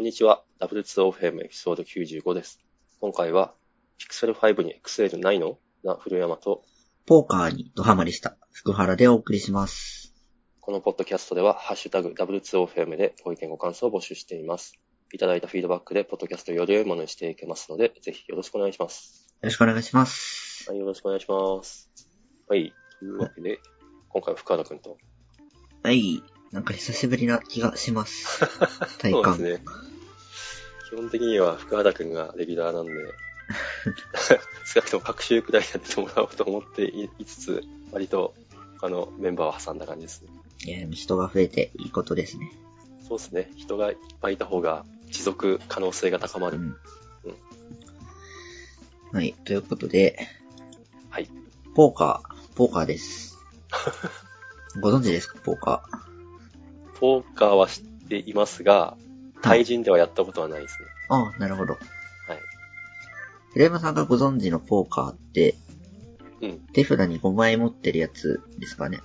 んにちは。W2OFM エピソード95です。今回は、Pixel 5に XL ないのな古山と、ポーカーにドハマりした福原でお送りします。このポッドキャストでは、ハッシュタグ W2OFM でご意見ご感想を募集しています。いただいたフィードバックで、ポッドキャストをより良いものにしていけますので、ぜひよろしくお願いします。よろしくお願いします。はい、よろしくお願いします。はい。というわけで、今回は福原くんと。はい。なんか久しぶりな気が します。体そう感。ですね。基本的には福原くんがレギュラー なんで、少なくとも各週くらいやってもらおうと思っていつつ、割と他のメンバーを挟んだ感じですね。いや、人が増えていいことですね。そうですね。人がいっぱいいた方が持続可能性が高まうる。ん。はい。ということで、はい。ポーカー、ポーカ ーです。ご存知ですか、ポーカポーカーは知っていますが、ー。対。人ではやったことはないですね。ああ、なるほど。はい。平山さんがご存知のポーカーって、うん。手札に5枚持ってるやつですかね。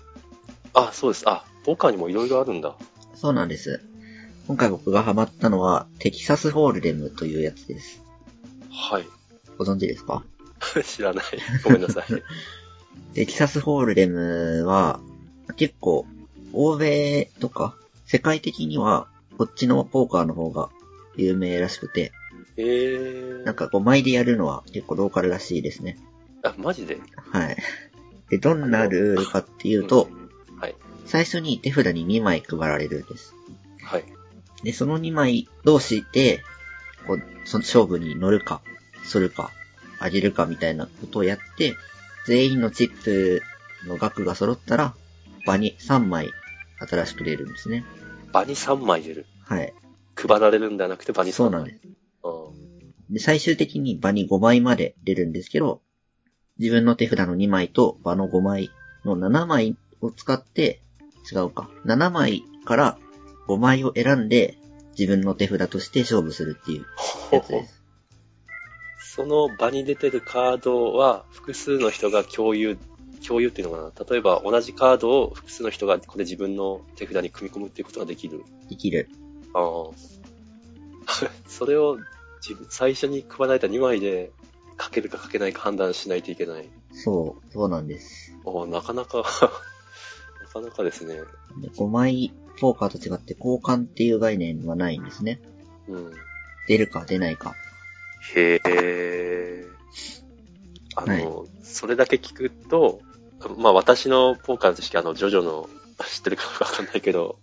あ、そうです。あ、ポーカーにもいろいろあるんだ。そうなんです。今回僕がハマったのは、テキサスホールデムというやつです。はい。 ご存知ですか知らない。ごめんなさい。 テキサスホールデムは、結構、欧米とか、世界的には、こっちのポーカーの方が有名らしくて、えー。なん、か5枚でやるのは結構ローカルらしいですね。あ、マジではい。で、どんなルールかっていうと、んはい。最初に手札に2枚配られるんです。はい。で、その2枚同士で、こう、その勝負に乗るか、するか、あげるかみたいなことをやって、全員のチップの額が揃ったら、場に3枚新しく出るんですね。場に3枚出る。はい。配られるんではなくて場に3枚。そうなんです。うんで、最終的に場に5枚まで出るんですけど、自分の手札の2枚と場の5枚の7枚を使って、違うか、7枚から5枚を選んで、自分の手札として勝負するっていうやつです。その場に出てるカードは複数の人が共有、共有っていうのかな。例えば同じカードを複数の人がこれ自分の手札に組み込むっていうことができる。できる。ああ。それを自分、最初に配られた2枚でかけるかかけないか判断しないといけない。そう、そうなんです。ああ、なかなか、 なかなかですね。で5枚ポーカーと違って交換っていう概念はないんですね。うん。出るか出ないか。へえ。あの、それだけ聞くと、まあ私のポーカーの式、あの、ジョジョの、 知ってるかわかんないけど、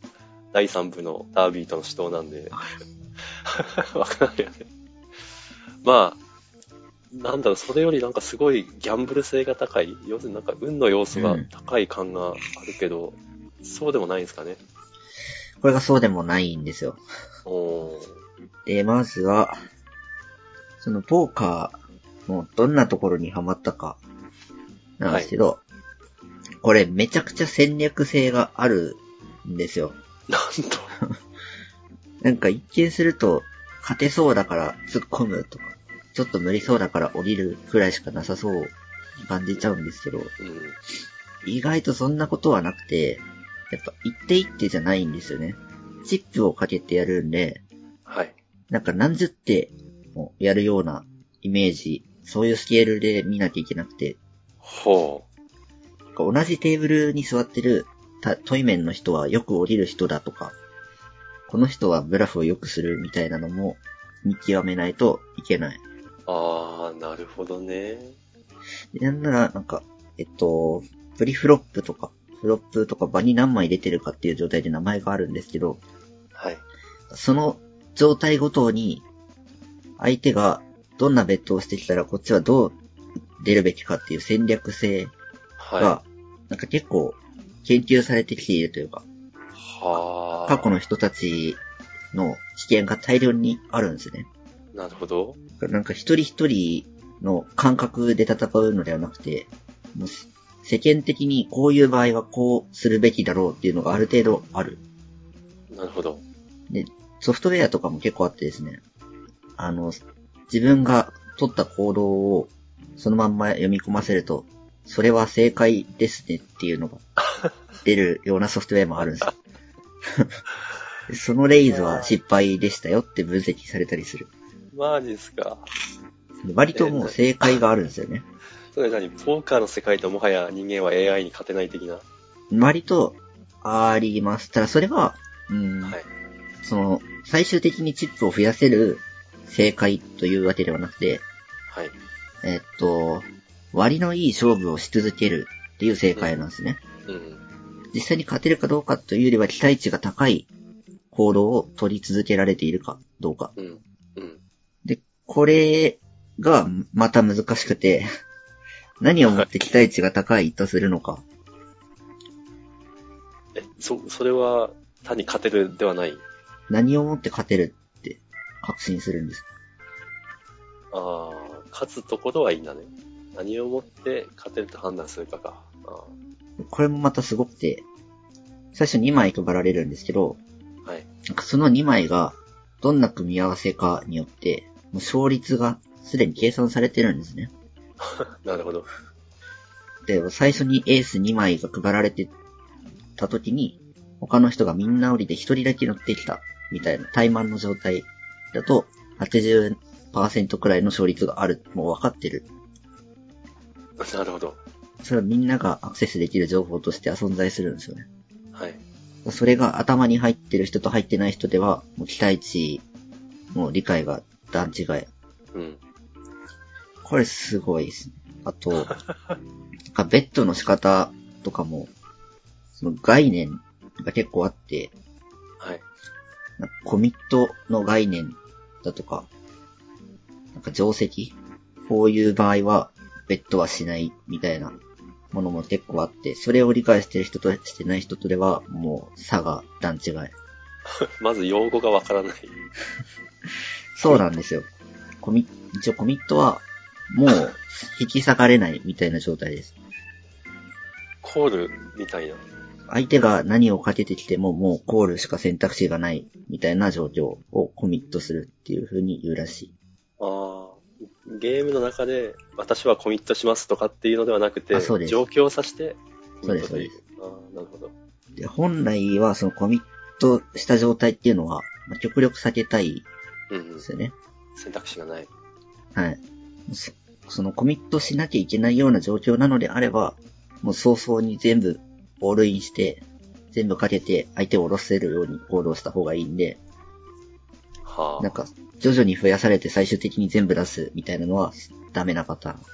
第3部のダービーとの死闘なんで、 わかんないよね。まあ、なんだろう、それよりなんかすごいギャンブル性が高い、要するになんか運の要素が高い感があるけど、そうでもないんですかね。これがそうでもないんですよ。おーで、まずは、そのポーカーのどんなところにハマったかなんですけど、これめちゃくちゃ戦略性があるんですよ。なんと。なんか一見すると、勝てそうだから突っ込むとか、ちょっと無理そうだから降りるくらいしかなさそうに感じちゃうんですけど、うん。意外とそんなことはなくて、やっぱ一手一手じゃないんですよね。チップをかけてやるんで、はい。なんか何十手もやるようなイメージ、そういうスケールで見なきゃいけなくて、ほう。なんか同じテーブルに座ってるたトイメンの人はよく降りる人だとか、この人はブラフをよくするみたいなのも見極めないといけない。あー、なるほどね。でなんなら、なんか、えっと、プリフロップとか、フロップとか場に何枚出てるかっていう状態で名前があるんですけど、はい。その状態ごとに、相手がどんなベットをしてきたらこっちはどう出るべきかっていう戦略性はい。が、なんか結構研究されてきているというか、はあ。過去の人たちの知見が大量にあるんですね。なるほど。なんか一人一人の感覚で戦うのではなくて、もう世間的にこういう場合はこうするべきだろうっていうのがある程度ある。なるほど。ソフトウェアとかも結構あってですね、あの、自分が取った行動をそのまんま読み込ませると、それは正解ですねっていうのが出るようなソフトウェアもあるんですよ。でそのレイズは失敗でしたよって分析されたりする。マジっすか。割ともう正解があるんですよね。それ何ポーカーの世界ともはや人間は AI に勝てない的な。は割とあります。ただそれは、うん、い。その、最終的にチップを増やせる正解というわけではなくて、はい。えっと、割のいい勝負をし続けるっていう正解なんですね。うん。実際に勝てるかどうかというよりは期待値が高い行動を取り続けられているかどうか。うん。うん。で、これがまた難しくて、 何をもって期待値が高いとするのか。え、そ、それは単に勝てるではない。何をもって勝てるって確信するんです。ああ、勝つところはいいんだね。何をもって勝てると判断するかか。あこれもまたすごくて、最初2枚配られるんですけど、ーはい。なんかその2枚がどんな組み合わせかによって、もう勝率がすでに計算されてるんですね。なるほど。 で、最初にエース2枚が配られてた時に、他の人がみんな降りて1人だけ乗ってきた、みたいな怠慢の状態だと、80%くらいの勝率がある。もう分かってる。なるほど。それはみんながアクセスできる情報としては存在するんですよね。はい。それが頭に入ってる人と入ってない人では、もう期待値の理解が段違い。うん。これすごいですね。あと、なんかベッドの仕方とかも、その概念が結構あって、はい。なんかコミットの概念だとか、なんか定石こういう場合は、ベッドはしないみたいなものも結構あって、それを理解してる人としてない人とでは、もう差が段違い。まず用語がわからない。そうなんですよ。コミ、一応コミットは、もう、引き裂かれないみたいな状態です。コールみたいな。相手が何をかけてきてももうコールしか選択肢がないみたいな状況をコミットするっていう風に言うらしああ、ゲームの中で私はコミットしますとかっていうのではなくて、あそうです状況を指してコミットそとういでう。すああ、なるほど。い。で、本来はそのコミットした状態っていうのは、まあ極力避けたいうん、うでん。すよね。選択肢がない。はい。そそのコミットしなきゃいけないような状況なのであれば、もう早々に全部オールインして、全部かけて相手を下ろせるように行動した方がいいんで、はあ。なんなか徐々に増やされて最終的に全部出すみたいなのはダメなパターン。る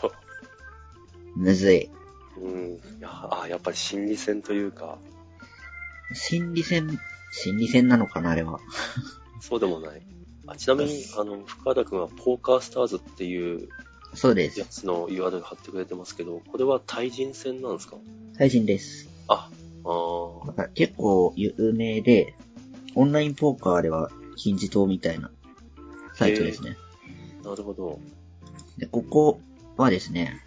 ほど。むずい。うん。いやああ、やっぱり心理戦というか、心理戦、心理戦なのかな、あれは。そうでもない。あちなみに、あの、深田くんはポーカースターズっていうそうでやす。つの URL 貼ってくれてますけど、これは対人戦なんですか最新です。あ、ああ、なんか結構有名で、オンラインポーカーでは金字塔みたいなサイトですね。なるほど。で、ここはですね、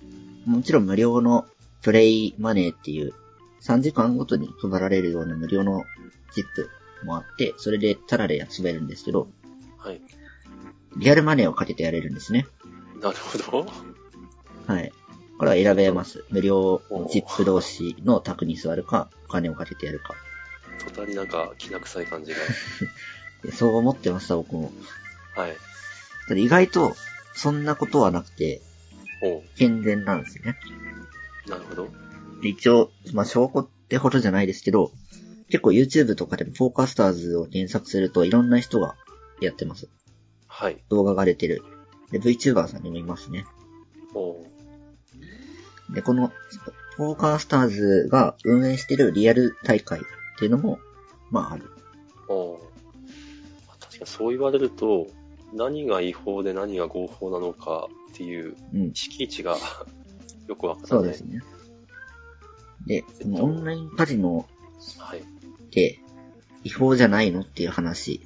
もちろん無料のプレイマネーっていう、3時間ごとに配られるような無料のチップもあって、それでタダで遊べるんですけど、はい。リアルマネーをかけてやれるんですね。なるほど。 はい。これは選べます。無料のチップ同士の卓に座るか、お金をかけてやるか。途端になんか、きな臭い感じが。でそう思ってました、僕も。はい。ただ意外と、そんなことはなくて、おう健全なんですよね。なるほど。で一応、まあ、証拠ってほどじゃないですけど、結構 YouTube とかでもフォーカスターズを検索するといろんな人がやってます。はい。動画が出てる。で、VTuber さんにもいますね。おうで、この、フォーカスターズが運営してるリアル大会っていうのも、まあある。おう確かにそう言われると、何が違法で何が合法なのかっていううん。敷地が よくわからそなうい。ですね。で、このオンラインカジノはい。って違法じゃないのっていう話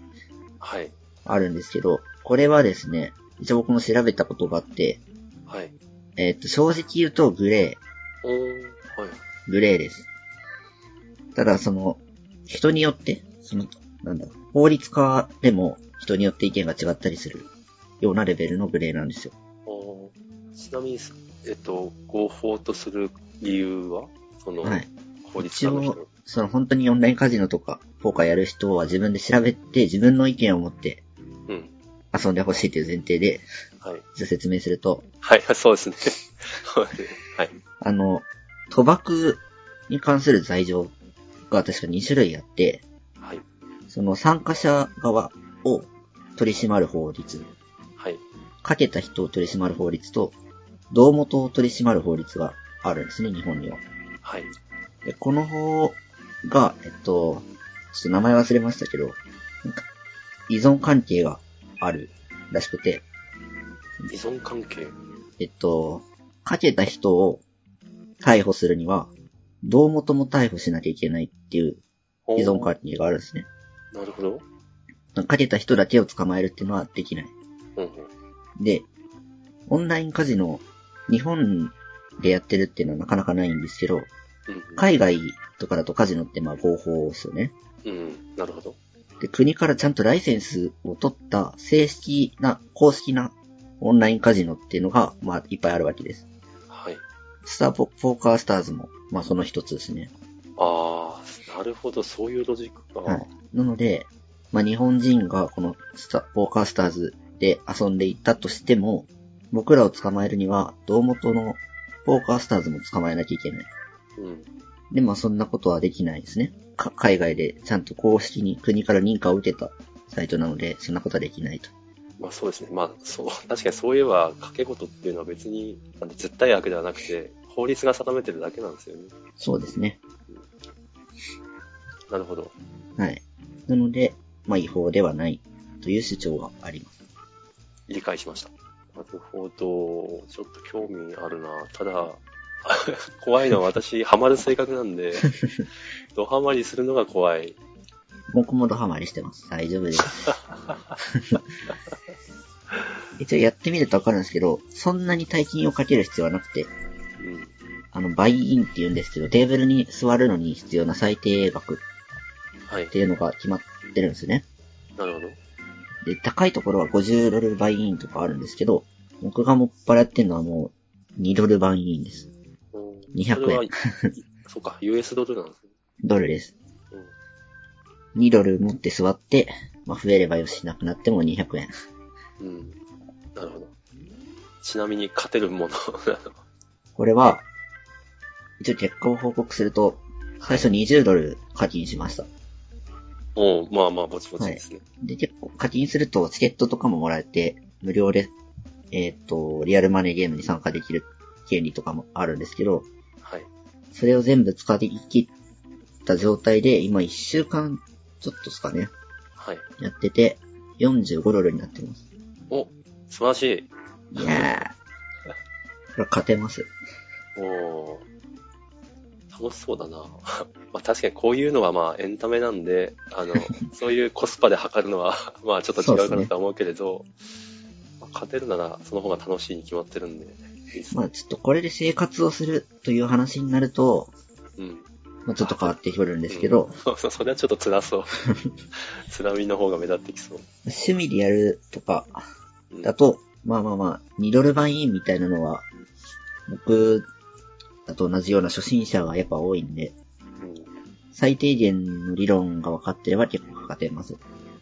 はい。あるんですけど、これはですね、一応僕も調べたことがあって、はい。えっと、正直言うとグレおーはい。ー、グレーです。ただ、その、人によって、その、なんだ、法律家でも人によって意見が違ったりするようなレベルのグレーなんですよ。おーちなみに、えっと、合法とする理由はその、はい。法律一家の人応、その本当にオンラインカジノとか、フポーカーやる人は自分で調べて、自分の意見を持ってうん。遊んでほしいという前提で、はい。じゃあ説明すると、はい、 そうですね。そうですねはい。あの、賭博に関する罪状が確か2種類あって、はい。その参加者側を取り締まる法律、はい。かけた人を取り締まる法律と、胴元を取り締まる法律があるんですね、日本には。はい。で、この法が、えっと、ちょっと名前忘れましたけど、なんか依存関係があるらしくて、依存関係。えっと、かけた人を逮捕するには、胴元も逮捕しなきゃいけないっていうおー依存関係があるんですね。なるほど。かけた人だけを捕まえるっていうのはできない。うんうん。で、オンラインカジノ、日本でやってるっていうのはなかなかないんですけど、海外とかだとカジノってまあ合法ですよね。うん。うん。なるほど。で、国からちゃんとライセンスを取った正式な、公式なオンラインカジノっていうのが、まあ、いっぱいあるわけです。はい。スターポポーカースターズも、まあ、その一つですね。ああ、なるほど。そういうロジックか。はい。なので、まあ、日本人がこのスタ、ポーカースターズで遊んでいたとしても、僕らを捕まえるには、胴元のポーカースターズも捕まえなきゃいけない。うん。で、まあ、そんなことはできないですね。か海外でちゃんと公式に国から認可を受けたサイトなので、そんなことはできないと。まあそうですね。まあそう、 確かにそういえば、賭け事っていうのは別に、あの絶対悪ではなくて、法律が定めてるだけなんですよね。そうですね。なるほど。はい。なので、まあ違法ではないという主張があります。理解しました。なるほど。ちょっと興味あるな。ただ、 怖いのは私、ハマる性格なん で、ドハマりするのが怖い。僕もドハマりしてます。大丈夫です。 一応やってみるとわかるんですけど、そんなに大金をかける必要はなくて、うん。あの、バイインって言うんですけど、テーブルに座るのに必要な最低額っはい。ていうのが決まってるんですよね。なるほど。で、高いところは50ドルバイインとかあるんですけど、僕がもっぱらやってるのはもう2ドルバイインでうす。ん200円それはそうか、US ドルなんですね。ドルです。うん2ドル持って座って、まあ、増えればよし、なくなっても200円。うん。なるほど。ちなみに勝てるもの。 これは、一応結果を報告すると、最初20ドル課金しました。おうまあまあ、ぼちぼちですね。で、結構課金するとチケットとかももらえて、無料で、えっ、と、リアルマネーゲームに参加できる権利とかもあるんですけど、はい。それを全部使い切った状態で、今1週間ちょっとですかね、はい。やってて、45ドルになってます。お、素晴らしい。いやー。これは勝てます。おー楽しそうだな。 まあ確かにこういうのはまあエンタメなんで、あ の、そういうコスパで測るのは、 まあちょっと違うかなとは思うけれど、まあ勝てるならその方が楽しいに決まってるんで、いいっすね。まあちょっとこれで生活をするという話になると、うん。 まあちょっと変わってくるんですけど、そうそう、それはちょっと辛 そう。辛みの方が目立ってきそう。趣味でやるとかうんだと、まあまあまあ、2ドル版インみたいなのは、僕だと同じような初心者がやっぱ多いんで、うん最低限の理論が分かってれば結構勝てます。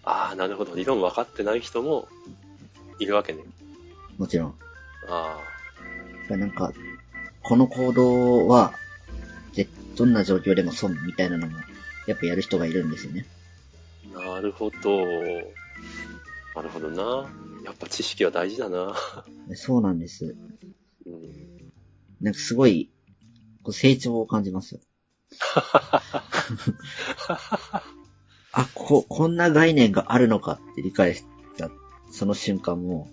ああ、なるほど。理論分かってない人もいるわけね。もちろん。あなんか、この行動は、ぜどんな状況でも損みたいなのも、やっぱやる人がいるんですよね。あ、なるほど。なるほどな。やっぱ知識は大事だな。そうなんです。うん、なんかすごい、こう成長を感じますよ。 あ、こ、こんな概念があるのかって理解した、その瞬間も、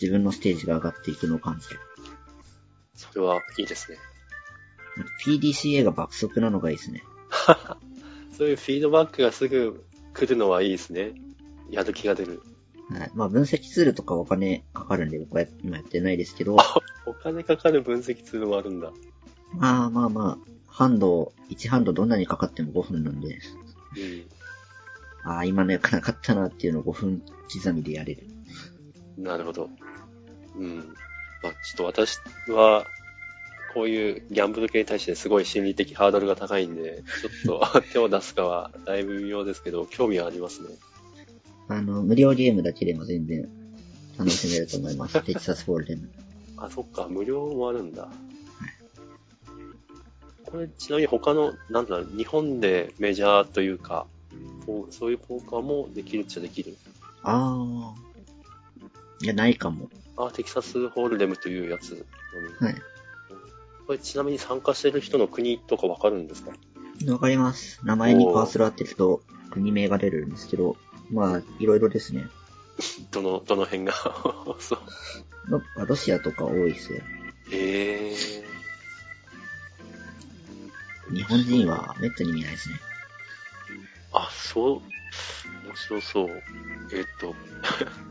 自分のステージが上がっていくのを感じる。それはいいですね。なんか PDCA が爆速なのがいいですね。そういうフィードバックがすぐ来るのはいいですね。やる気が出る。はい。まあ、分析ツールとかお金かかるんで、僕はや今やってないですけど、お金かかる分析ツールもあるんだ。まあまあまあ、ハンド、1ハンドどんなにかかっても5分なんで、うああ、今の役なかったなっていうのを5分刻みでやれる。ん、なるほど。うん。まあ、ちょっと私は、こういうギャンブル系に対してすごい心理的ハードルが高いんで、ちょっと手を出すかはだいぶ微妙ですけど、興味はありますね。あの、無料ゲームだけでも全然楽しめると思い ます。テキサスホールデム。あ、そっか、無料もあるんだ。これ、ちなみに他の、なんだろう、日本でメジャーというか、こうそういうポーカーもできるっちゃできる。あー。いや、ないかも。あ、テキサスホールデムというやつのみ。はい。これちなみに参加してる人の国とかわかるんですかわかります。名前にパースルアーティスト、国名が出るんですけど、まあ、いろいろですね。どの、どの辺が そう。なんかロシアとか多いですよ。ええ日本人はめったに見ないですね。あ、そう。面白そう。えっと、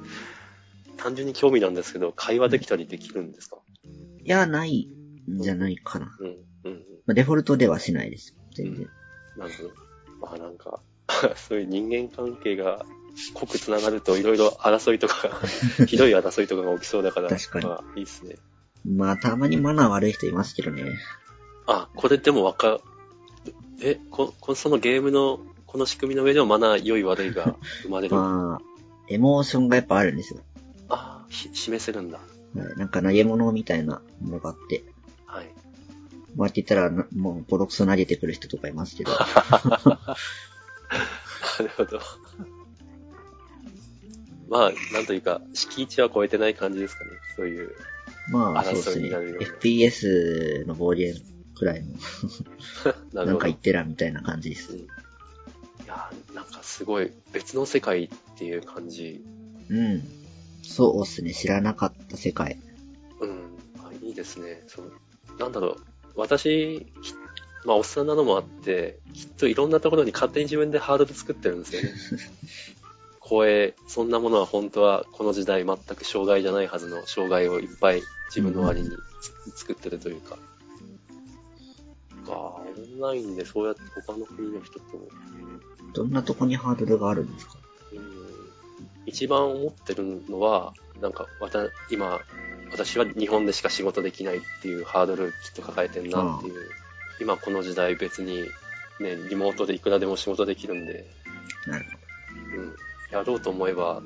単純に興味なんですけど、会話できたりできるんですかいや、ないんじゃないかな。うん、うん、うん。まあ、デフォルトではしないです。全然。なるほど。まあなんか、 そういう人間関係が濃くつながるといろいろ争いとか、 ひどい争いとかが起きそうだから、確かにまあいいですね。まあ、たまにマナー悪い人いますけどね。あ、これでもわか、え、こ、こそのゲームの、この仕組みの上でもマナー良い悪いが生 まれる。まあ、エモーションがやっぱあるんですよ。あ、ひ示せるんだ。はいなんか投げ物みたいなものがあって。はい。まあ、って言ったらな、もうボロクソ投げてくる人とかいます けど。なるほど。まあ、なんというか、敷地は超えてない感じですかね。そういう。まあ、そうで争すいにねなるような。 FPS の暴言くらいの、ななるんほかど。い言ってらみたいな感じです。やー、なんかすごい、別の世界っていう感じ。うん。そうっすね。知らなかった世界。うん。あいいですね。そう。なんだろう。私、きまあ、おっさんなのもあって、きっといろんなところに勝手に自分でハードル作ってるんですよね。声、そんなものは本当はこの時代全く障害じゃないはずの障害をいっぱい自分の割につ作ってるというか。ああ、オンラインでそうやって他の国の人と、どんなとこにハードルがあるんですかうん一番思ってるのは、なんか、わた、今、私は日本でしか仕事できないっていうハードルきっと抱えてんなっていう。今この時代別に、ね、リモートでいくらでも仕事できるんで、なるうん。やろうと思えば、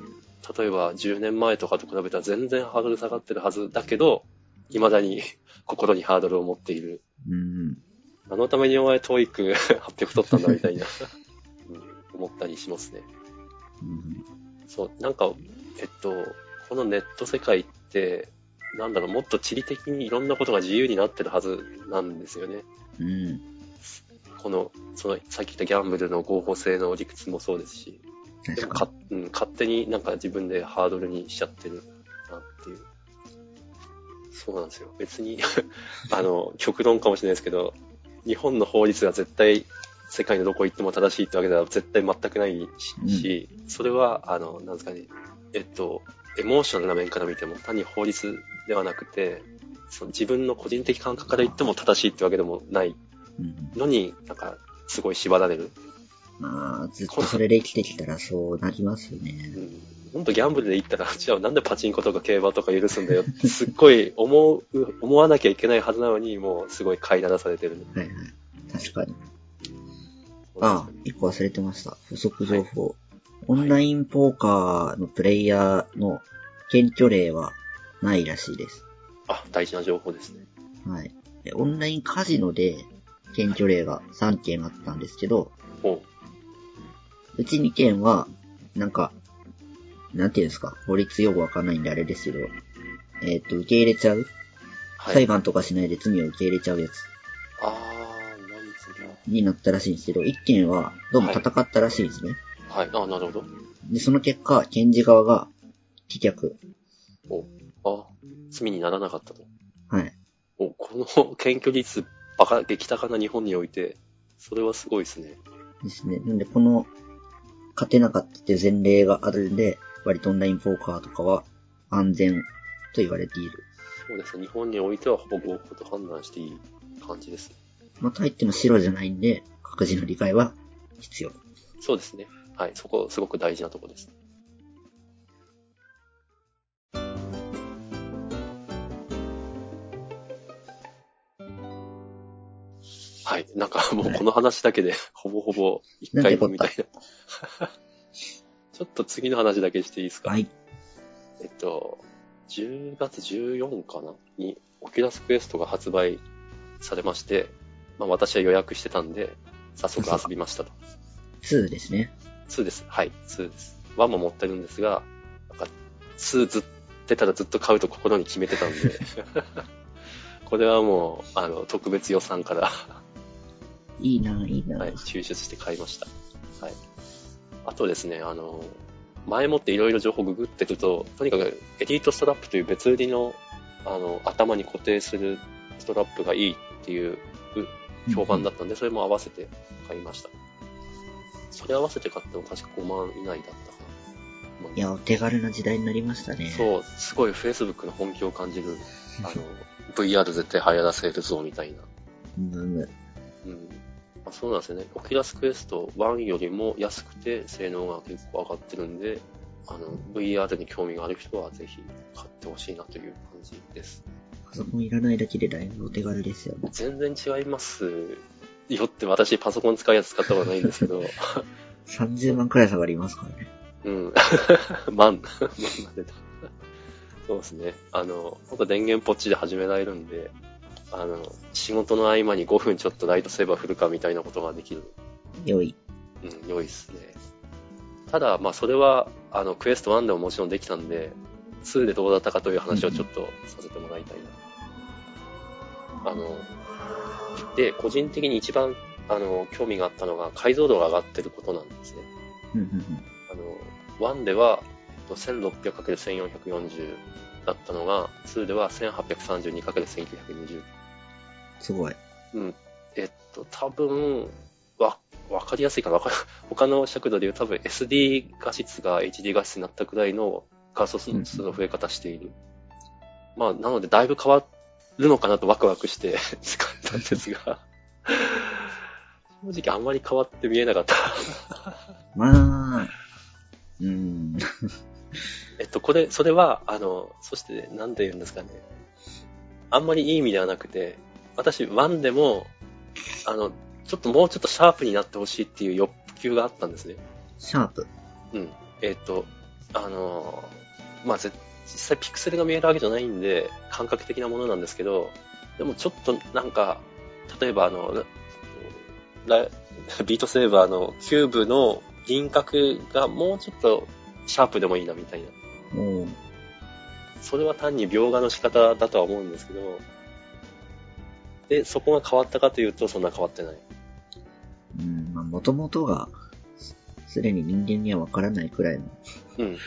例えば10年前とかと比べたら全然ハードル下がってるはずだけど、未だに 心にハードルを持っている。ほど。うん。何のためにお前 TOEIC800 取ったんだみたい な、うん思ったりしますね。うんそう、なんか、えっと、このネット世界って、なんだろう、もっと地理的にいろんなことが自由になってるはずなんですよね。うん。この、その、さっき言ったギャンブルの合法性の理屈もそうですし、で確もかか、うん、勝手になんか自分でハードルにしちゃってるなっていう。そうなんですよ。別に、 あの、極論かもしれないですけど、日本の法律が絶対世界のどこ行っても正しいってわけでは絶対全くないし、それは、あの、なんですかね、えっと、エモーショナルな面から見ても単に法律ではなくて、その自分の個人的感覚から言っても正しいってわけでもないに。うん。のに、なんか、すごい縛られる。まあ、ずっとそれで生きてきたらそうなりますよね。うんほんとギャンブルで言ったら、じゃあなんでパチンコとか競馬とか許すんだよって、 すっごい思う、思わなきゃいけないはずなのに、もうすごい飼いならされてる。はいはい。確かに。ああ、一個忘れてました。補足情報。オンラインポーカーのプレイヤーの検挙例はないらしいです。あ、大事な情報ですね。はい。でオンラインカジノで検挙例が3件あったんですけど、おううち2件は、なんか、なんていうんですか、法律用語わかんないんであれですけど、えっ、と、受け入れちゃう、は裁い。判とかしないで罪を受け入れちゃうやつあー、なんつうになったらしいんですけど、1件はどうも戦ったらしいんですね。な。はい。あ、なるほで、その結果、検事側が棄却。ど。おあ、罪にならなかったと。はい。お、この 検挙率、バカ、激高な日本において、それはすごいですね。ですね。なんで、この、勝てなかったっていう前例があるんで、割とオンラインポーカーとかは安全と言われている。そうですね。日本においてはほぼ合法と判断していい感じです。まあ、とはいっても白じゃないんで、各自の理解は必要。そうですね。はい。そこ、すごく大事なとこです。はい。なんかもうこの話だけで、ほぼほぼ1回分みたいな。 ちょっと次の話だけしていいですか、はい。えっと、10月14かなに、オキュラスクエストが発売されまして、まあ私は予約してたんで、早速遊びましたと。 2ですね。 2です。はい、2です。1も持ってるんですが、なんか、2ずっ出たらずっと買うと心に決めてたんで、 これはもう、あの、特別予算からいいな、いいな。はい、抽出して買いました。はい。あとですね、あの、前もっていろいろ情報ググってると、とにかくエリートストラップという別売りの、あの、頭に固定するストラップがいいっていう評判だったんで、それも合わせて買いました。それ合わせて買っても確か5万以内だったかな。まあいや、お手軽な時代になりましたね。そう、すごい Facebook の本気を感じ る、あの、VR 絶対流行らせるぞみたいな。うん。ううんんまあ、そうなんですよね。オキュラスクエスト1よりも安くて性能が結構上がってるんで、あの、VR に興味がある人はぜひ買ってほしいなという感じです。パソコンいらないだけでだいぶお手軽ですよね。全然違いますよって私パソコン使うやつ使ったことないんですけど、 30万くらい下がりますからね。うん。 マン、マンが出た。そうですね。あの、ほんと電源ポッチで始められるんで、あの、仕事の合間に5分ちょっとライトセーバー振るかみたいなことができる良い。うん、良いですね。ただ、まあ、それは、あの、クエスト1でももちろんできたんで、2でどうだったかという話をちょっとさせてもらいたいな。あの、で、個人的に一番、あの、興味があったのが、解像度が上がってることなんですね。うんうんうん。あの、1では、えっと 1600×1440 だったのが、2では 1832×1920 すごい。うん。えっと、多分、わ、わかりやすいかな。わか 他の尺度で言う多分 SD 画質が HD 画質になったくらいの画素数の数の増え方している。まあ、なのでだいぶ変わるのかなとワクワクして 使ったんですが、正直あんまり変わって見えなかった。まあ、うん。えっと、これ、それは、あの、そして、なんて言うんですかね。あんまりいい意味ではなくて、私、ワンでも、あの、ちょっともうちょっとシャープになってほしいっていう欲求があったんですね。シャープ。うん。えっと、あの、まあ、ぜ実際ピクセルが見えるわけじゃないんで、感覚的なものなんですけど、でもちょっとなんか、例えばあの、ラビートセーバーのキューブの輪郭がもうちょっとシャープでもいいなみたいな。もう、それは単に描画の仕方だとは思うんですけど、で、そこが変わったかというと、そんな変わってない。うん、まあ、もともとが、すすでに人間にはわからないくらいの。うんうん。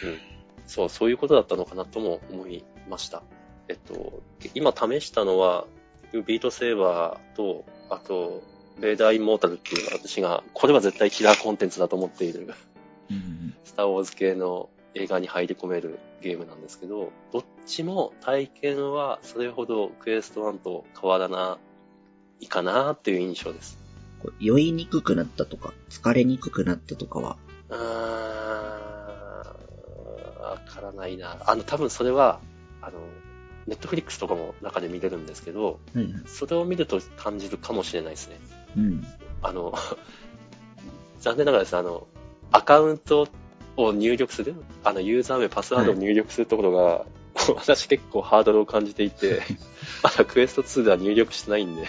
そう、そういうことだったのかなとも思いました。えっと、今試したのは、ビートセーバーと、あと、レーダーインモータルっていう私が、これは絶対キラーコンテンツだと思っている。 うん。スター・ウォーズ系の映画に入り込めるゲームなんですけど、どっちも体験はそれほどクエスト1と変わらないかなっていう印象です。こう酔いにくくなったとか、疲れにくくなったとかは、うーん、わからないな。あの、多分それは、あの、ネットフリックスとかも中で見れるんですけど、はいはい。それを見ると感じるかもしれないですね。うん。あの、 残念ながらですね、あの、アカウントを入力する、あの、ユーザー名、パスワードを入力するところが、 私結構ハードルを感じていて、まだクエスト2では入力してないんで、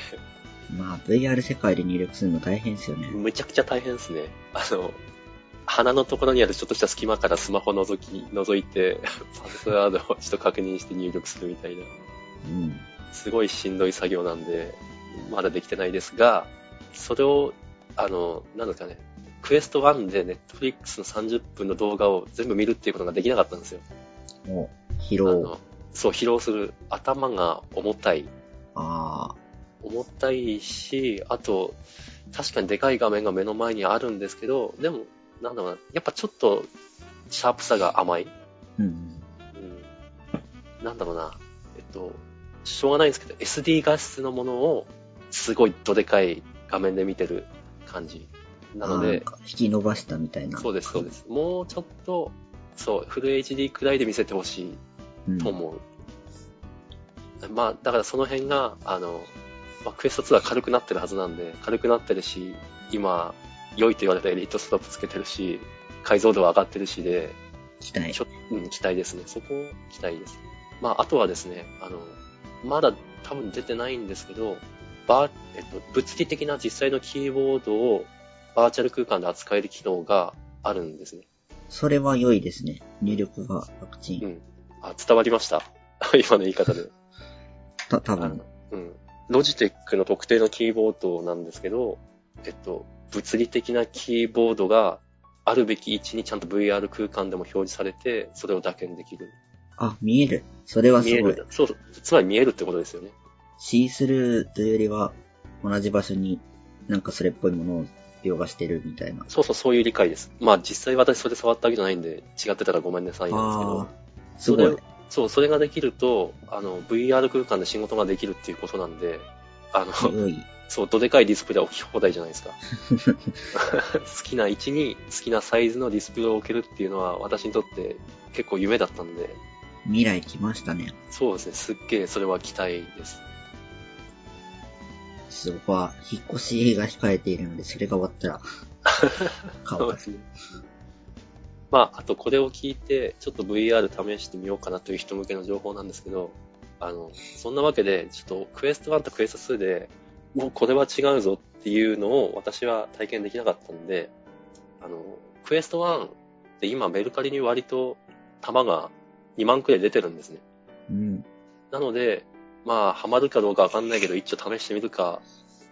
まあ、VR 世界で入力するの大変ですよね。むちゃくちゃ大変ですね。あの、鼻のところにあるちょっとした隙間からスマホ覗き、覗いて、 パスワードをちょっと確認して入力するみたいな。うん。すごいしんどい作業なんで、まだできてないですが、それを、あの、なんですかね、クエスト1で Netflix の30分の動画を全部見るっていうことができなかったんですよ。もう、疲あ労。のそう、疲労する。頭が重たい。ああ。重たいし、あと、確かにでかい画面が目の前にあるんですけど、でも、なんだろうな、やっぱちょっと、シャープさが甘い。うん。うんなんだろうな、えっと、しょうがないんですけど、SD 画質のものを、すごいどでかい画面で見てる感じ。なのあーんで、か引き伸ばしたみたいな。。そうです、そうですす。もうちょっと、そう、フル HD くらいで見せてほしいうんと。思う。まあ、だからその辺が、あの、まあ、クエスト2は軽くなってるはずなんで、軽くなってるし、今、良いと言われたエリートストップつけてるし、解像度は上がってるしで、期待。ちょうん、期待ですね。そこ、期待です。まあ、あとはですね、あの、まだ多分出てないんですけど、バー、えっと、物理的な実際のキーボードをバーチャル空間で扱える機能があるんですね。それは良いですね。入力が楽ち。うんんあ、伝わりました。 今の言い方で。た、多あ分の。うん。ロジテックの特定のキーボードなんですけど、えっと、物理的なキーボードがあるべき位置にちゃんと VR 空間でも表示されて、それを打鍵できる。あ、見える。それは見すえごいる。。そうそう。つまり見えるってことですよね。シースルーというよりは、同じ場所になんかそれっぽいものを描画してるみたいな。そうそう、そういう理解です。まあ実際私それ触ったわけじゃないんで、違ってたらごめんなさいなんですけあどあ。、すごそれいを。そう、それができると、あの、VR 空間で仕事ができるっていうことなんで、あの、すごい。そう、どでかいディスプレイは置き放題じゃないですか。 好きな位置に好きなサイズのディスプレイを置けるっていうのは私にとって結構夢だったんで、未来来ましたね。そうですね、すっげえそれは期待です。そこは、引っ越しが控えているので、それが終 わったら、買おうか。すね。まあ、あとこれを聞いて、ちょっと VR 試してみようかなという人向けの情報なんですけど、あの、そんなわけで、ちょっとクエスト1とクエスト2で、もうこれは違うぞっていうのを私は体験できなかったんで、あの、クエスト1って今メルカリに割と弾が2万くらい出てるんですね。うん。なので、まあ、ハマるかどうかわかんないけど、一応試してみるか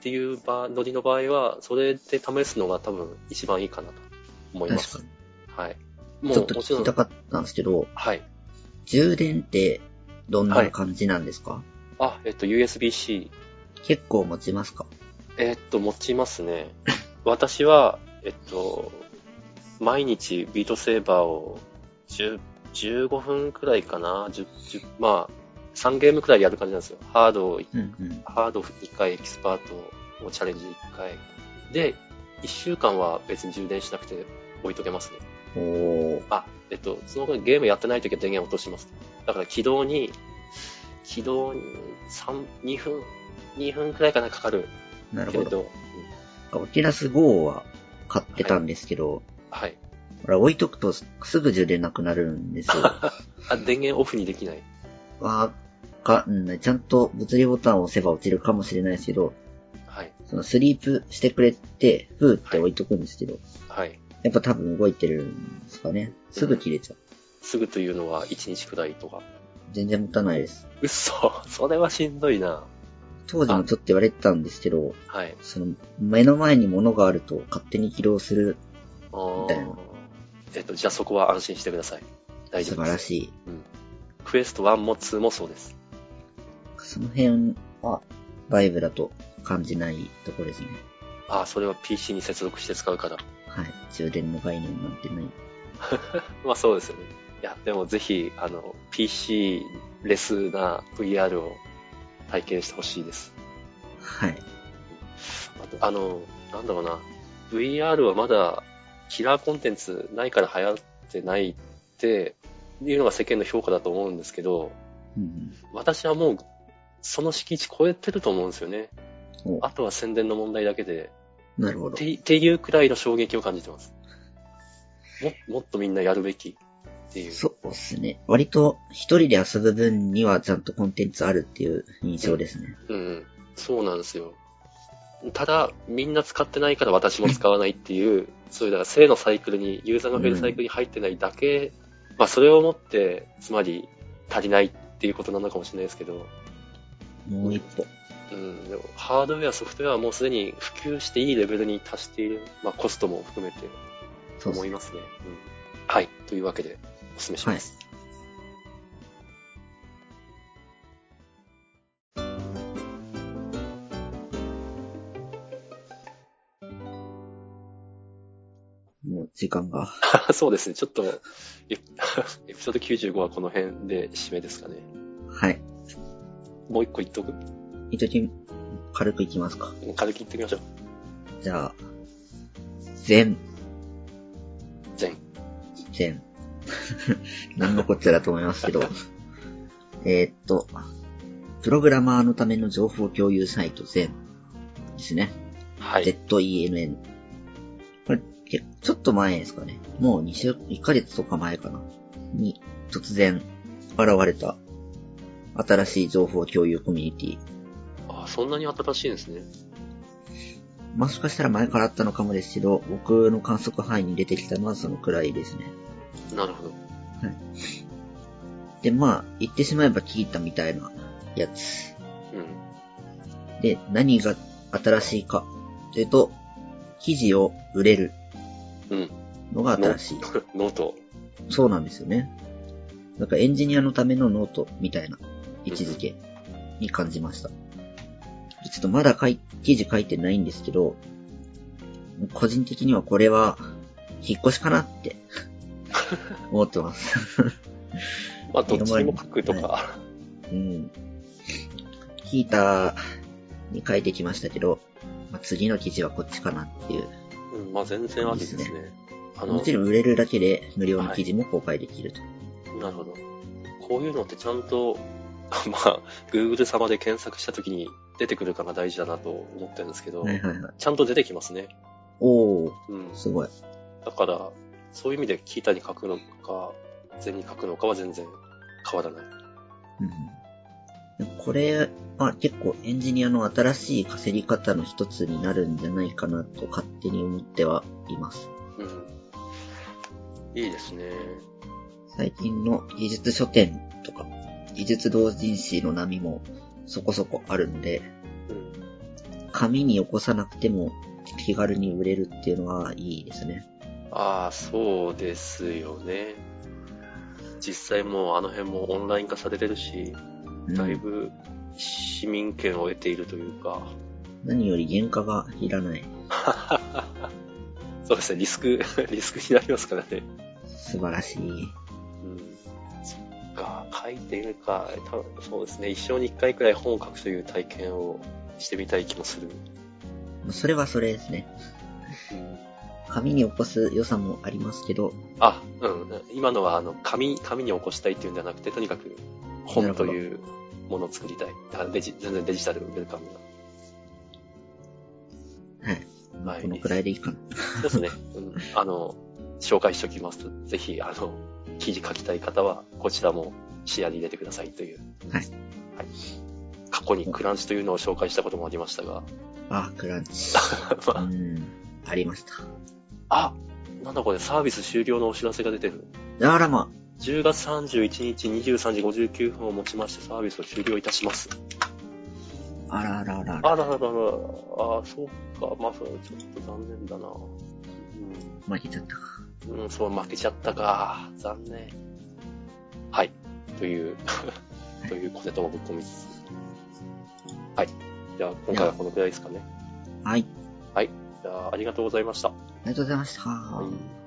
っていう場、ノリの場合は、それで試すのが多分一番いいかなと思いま確すか。はい。に。もちょっう、ともちろ聞きんた、かったんですけど、はい。充電って、どんな感じなんですか、あ、えっと、USB-C。結構持ちますかえっと、持ちますね。私は、えっと、毎日ビートセーバーを10 15分くらいかな、10、10まあ、3ゲームくらいやる感じなんですよ。ハードをうんうん。ハード1回、エキスパートをチャレンジ1回。で、1週間は別に充電しなくて置いとけますね。おー、あ、えっと、その後にゲームやってない時は電源落とします。だから起動に、起動に3、2分、2分くらいかなかかるなるけほれど。ど、うんオキュラス GO は買ってたんですけど、はい。これ置いとくとすぐ充電なくなるんです よ。あ、電源オフにできない。わかんない。ちゃんと物理ボタンを押せば落ちるかもしれないですけど、はい。そのスリープしてくれて、ふーって置いとくんですけど、はい。やっぱ多分動いてるんですかね。すぐ切れちゃう。すぐというのは1日くらいとか。全然持たないです。嘘 それはしんどいな。当時もちょっと言われてたんですけど、はい。その目の前に物があると勝手に起動するあーみたいなえっと、じゃあそこは安心してください。大丈素夫晴です。らしい。クエスト1も2もそうです。その辺は、バイブだと感じないところですね。ああ、それは PC に接続して使うから。はい。充電の概念になってない。まあそうですよね。いや、でもぜひ、あの、PC レスな VR を体験してほしいです。はい。あと、あの、なんだろうな。VR はまだキラーコンテンツないから流行ってないっていうのが世間の評価だと思うんですけど、うん私はもうその敷地超えてると思うんですよね。うん。おあとは宣伝の問題だけで。なるほどっ。てっていうくらいの衝撃を感じてます。ももっとみんなやるべきっていう。そうですね。割と一人で遊ぶ分にはちゃんとコンテンツあるっていう印象ですね。うんうん、そうなんですよ。ただ、みんな使ってないから私も使わないっていう、そういう、だから正のサイクルに、ユーザーが増えるサイクルに入ってないだけ、まあ、それをもって、つまり、足りないっていうことなのかもしれないですけど、もう一歩。うん、でも、ハードウェア、ソフトウェアはもうすでに普及していいレベルに達している、まあ、コストも含めて、そうです思いね。ますね。うん、はい。というわけで、お勧めします。もう時間が。 そうですね。ちょっと、エピ エピソード95はこの辺で締めですかね。はい。もう一個言っとく一時、軽くいきますか。軽く言ってみましょう。じゃあ、全、全。全。 何のこっちゃだと思いますけど。えーっと、プログラマーのための情報共有サイト全ですね。はい。 ZENN。これ、けちょっと前ですかね。もう2週、1ヶ月とか前かな。に、突然、現れた、新しい情報共有コミュニティ。あ、そんなに新しいんですね。もしかしたら前からあったのかもですけど、僕の観測範囲に出てきたのはそのくらいですね。なるほど。で、まあ、言ってしまえば聞いたみたいなやつ。うん。で、何が新しいかというと、記事を売れるうん。のが新しい。ノート。そうなんですよね。なんかエンジニアのためのノートみたいな位置づけに感じました。ちょっとまだ書い記事書いてないんですけど、個人的にはこれは引っ越しかなって思ってます。まあ、どっちにも書くとか。うん。ヒーターに書いてきましたけど、まあ、次の記事はこっちかなっていう。うん。まあ、全然ありですいいね。あのも、ちろん売れるだけで無料の記事も公開できると。なるほど。こういうのってちゃんと、 まあ、Google 様で検索したときに出てくるかが大事だなと思ってるんですけど、はいはいはい。ちゃんと出てきますね。おー、うん。すごい。だから、そういう意味でキータに書くのか、全に書くのかは全然変わらない。うん、これは結構エンジニアの新しい稼ぎ方の一つになるんじゃないかなと勝手に思ってはいます。うん。いいですね。最近の技術書店とか、技術同人誌の波もそこそこあるので、うん。紙に起こさなくても気軽に売れるっていうのはいいですね。ああ、そうですよね。実際もうあの辺もオンライン化されてるし、うんだいぶ市民権を得ているというか、何より原価がいらない。そうですね、リスク、 リスクになりますからね。素晴らしい。うん。そっか、書いているか、たそうですね、一生に一回くらい本を書くという体験をしてみたい気もする。それはそれですね。うん紙に起こす良さもありますけど、あ、うん。今のは、あの、紙、紙に起こしたいっていうんじゃなくて、とにかく、本というものを作りたい。あデジ、全然デジタルウェルカムはい。な。はいこ。のくらいでいいかな。そうですね。うん。あの、紹介しておきます。ぜひ、あの、記事書きたい方は、こちらも視野に入れてくださいという。はい。はい。過去にクランチというのを紹介したこともありましたが、あー、クランチ。うまん。ありました。 あ、あ、なんだこれ、サービス終了のお知らせが出てる。あらま、 10月31日23時59分をもちましてサービスを終了いたします。あらあらあらあら。あらららら、あそうか、まあ、それちょっと残念だな。負けちゃったか。うん、うん、そう、負けちゃったか。残念。はい。という、 という小ネタもぶっ込みつつ。はい。じゃあ、今回はこのくらいですかね。はい。はい。じゃあ、ありがとうございました。ありがとうございました。はい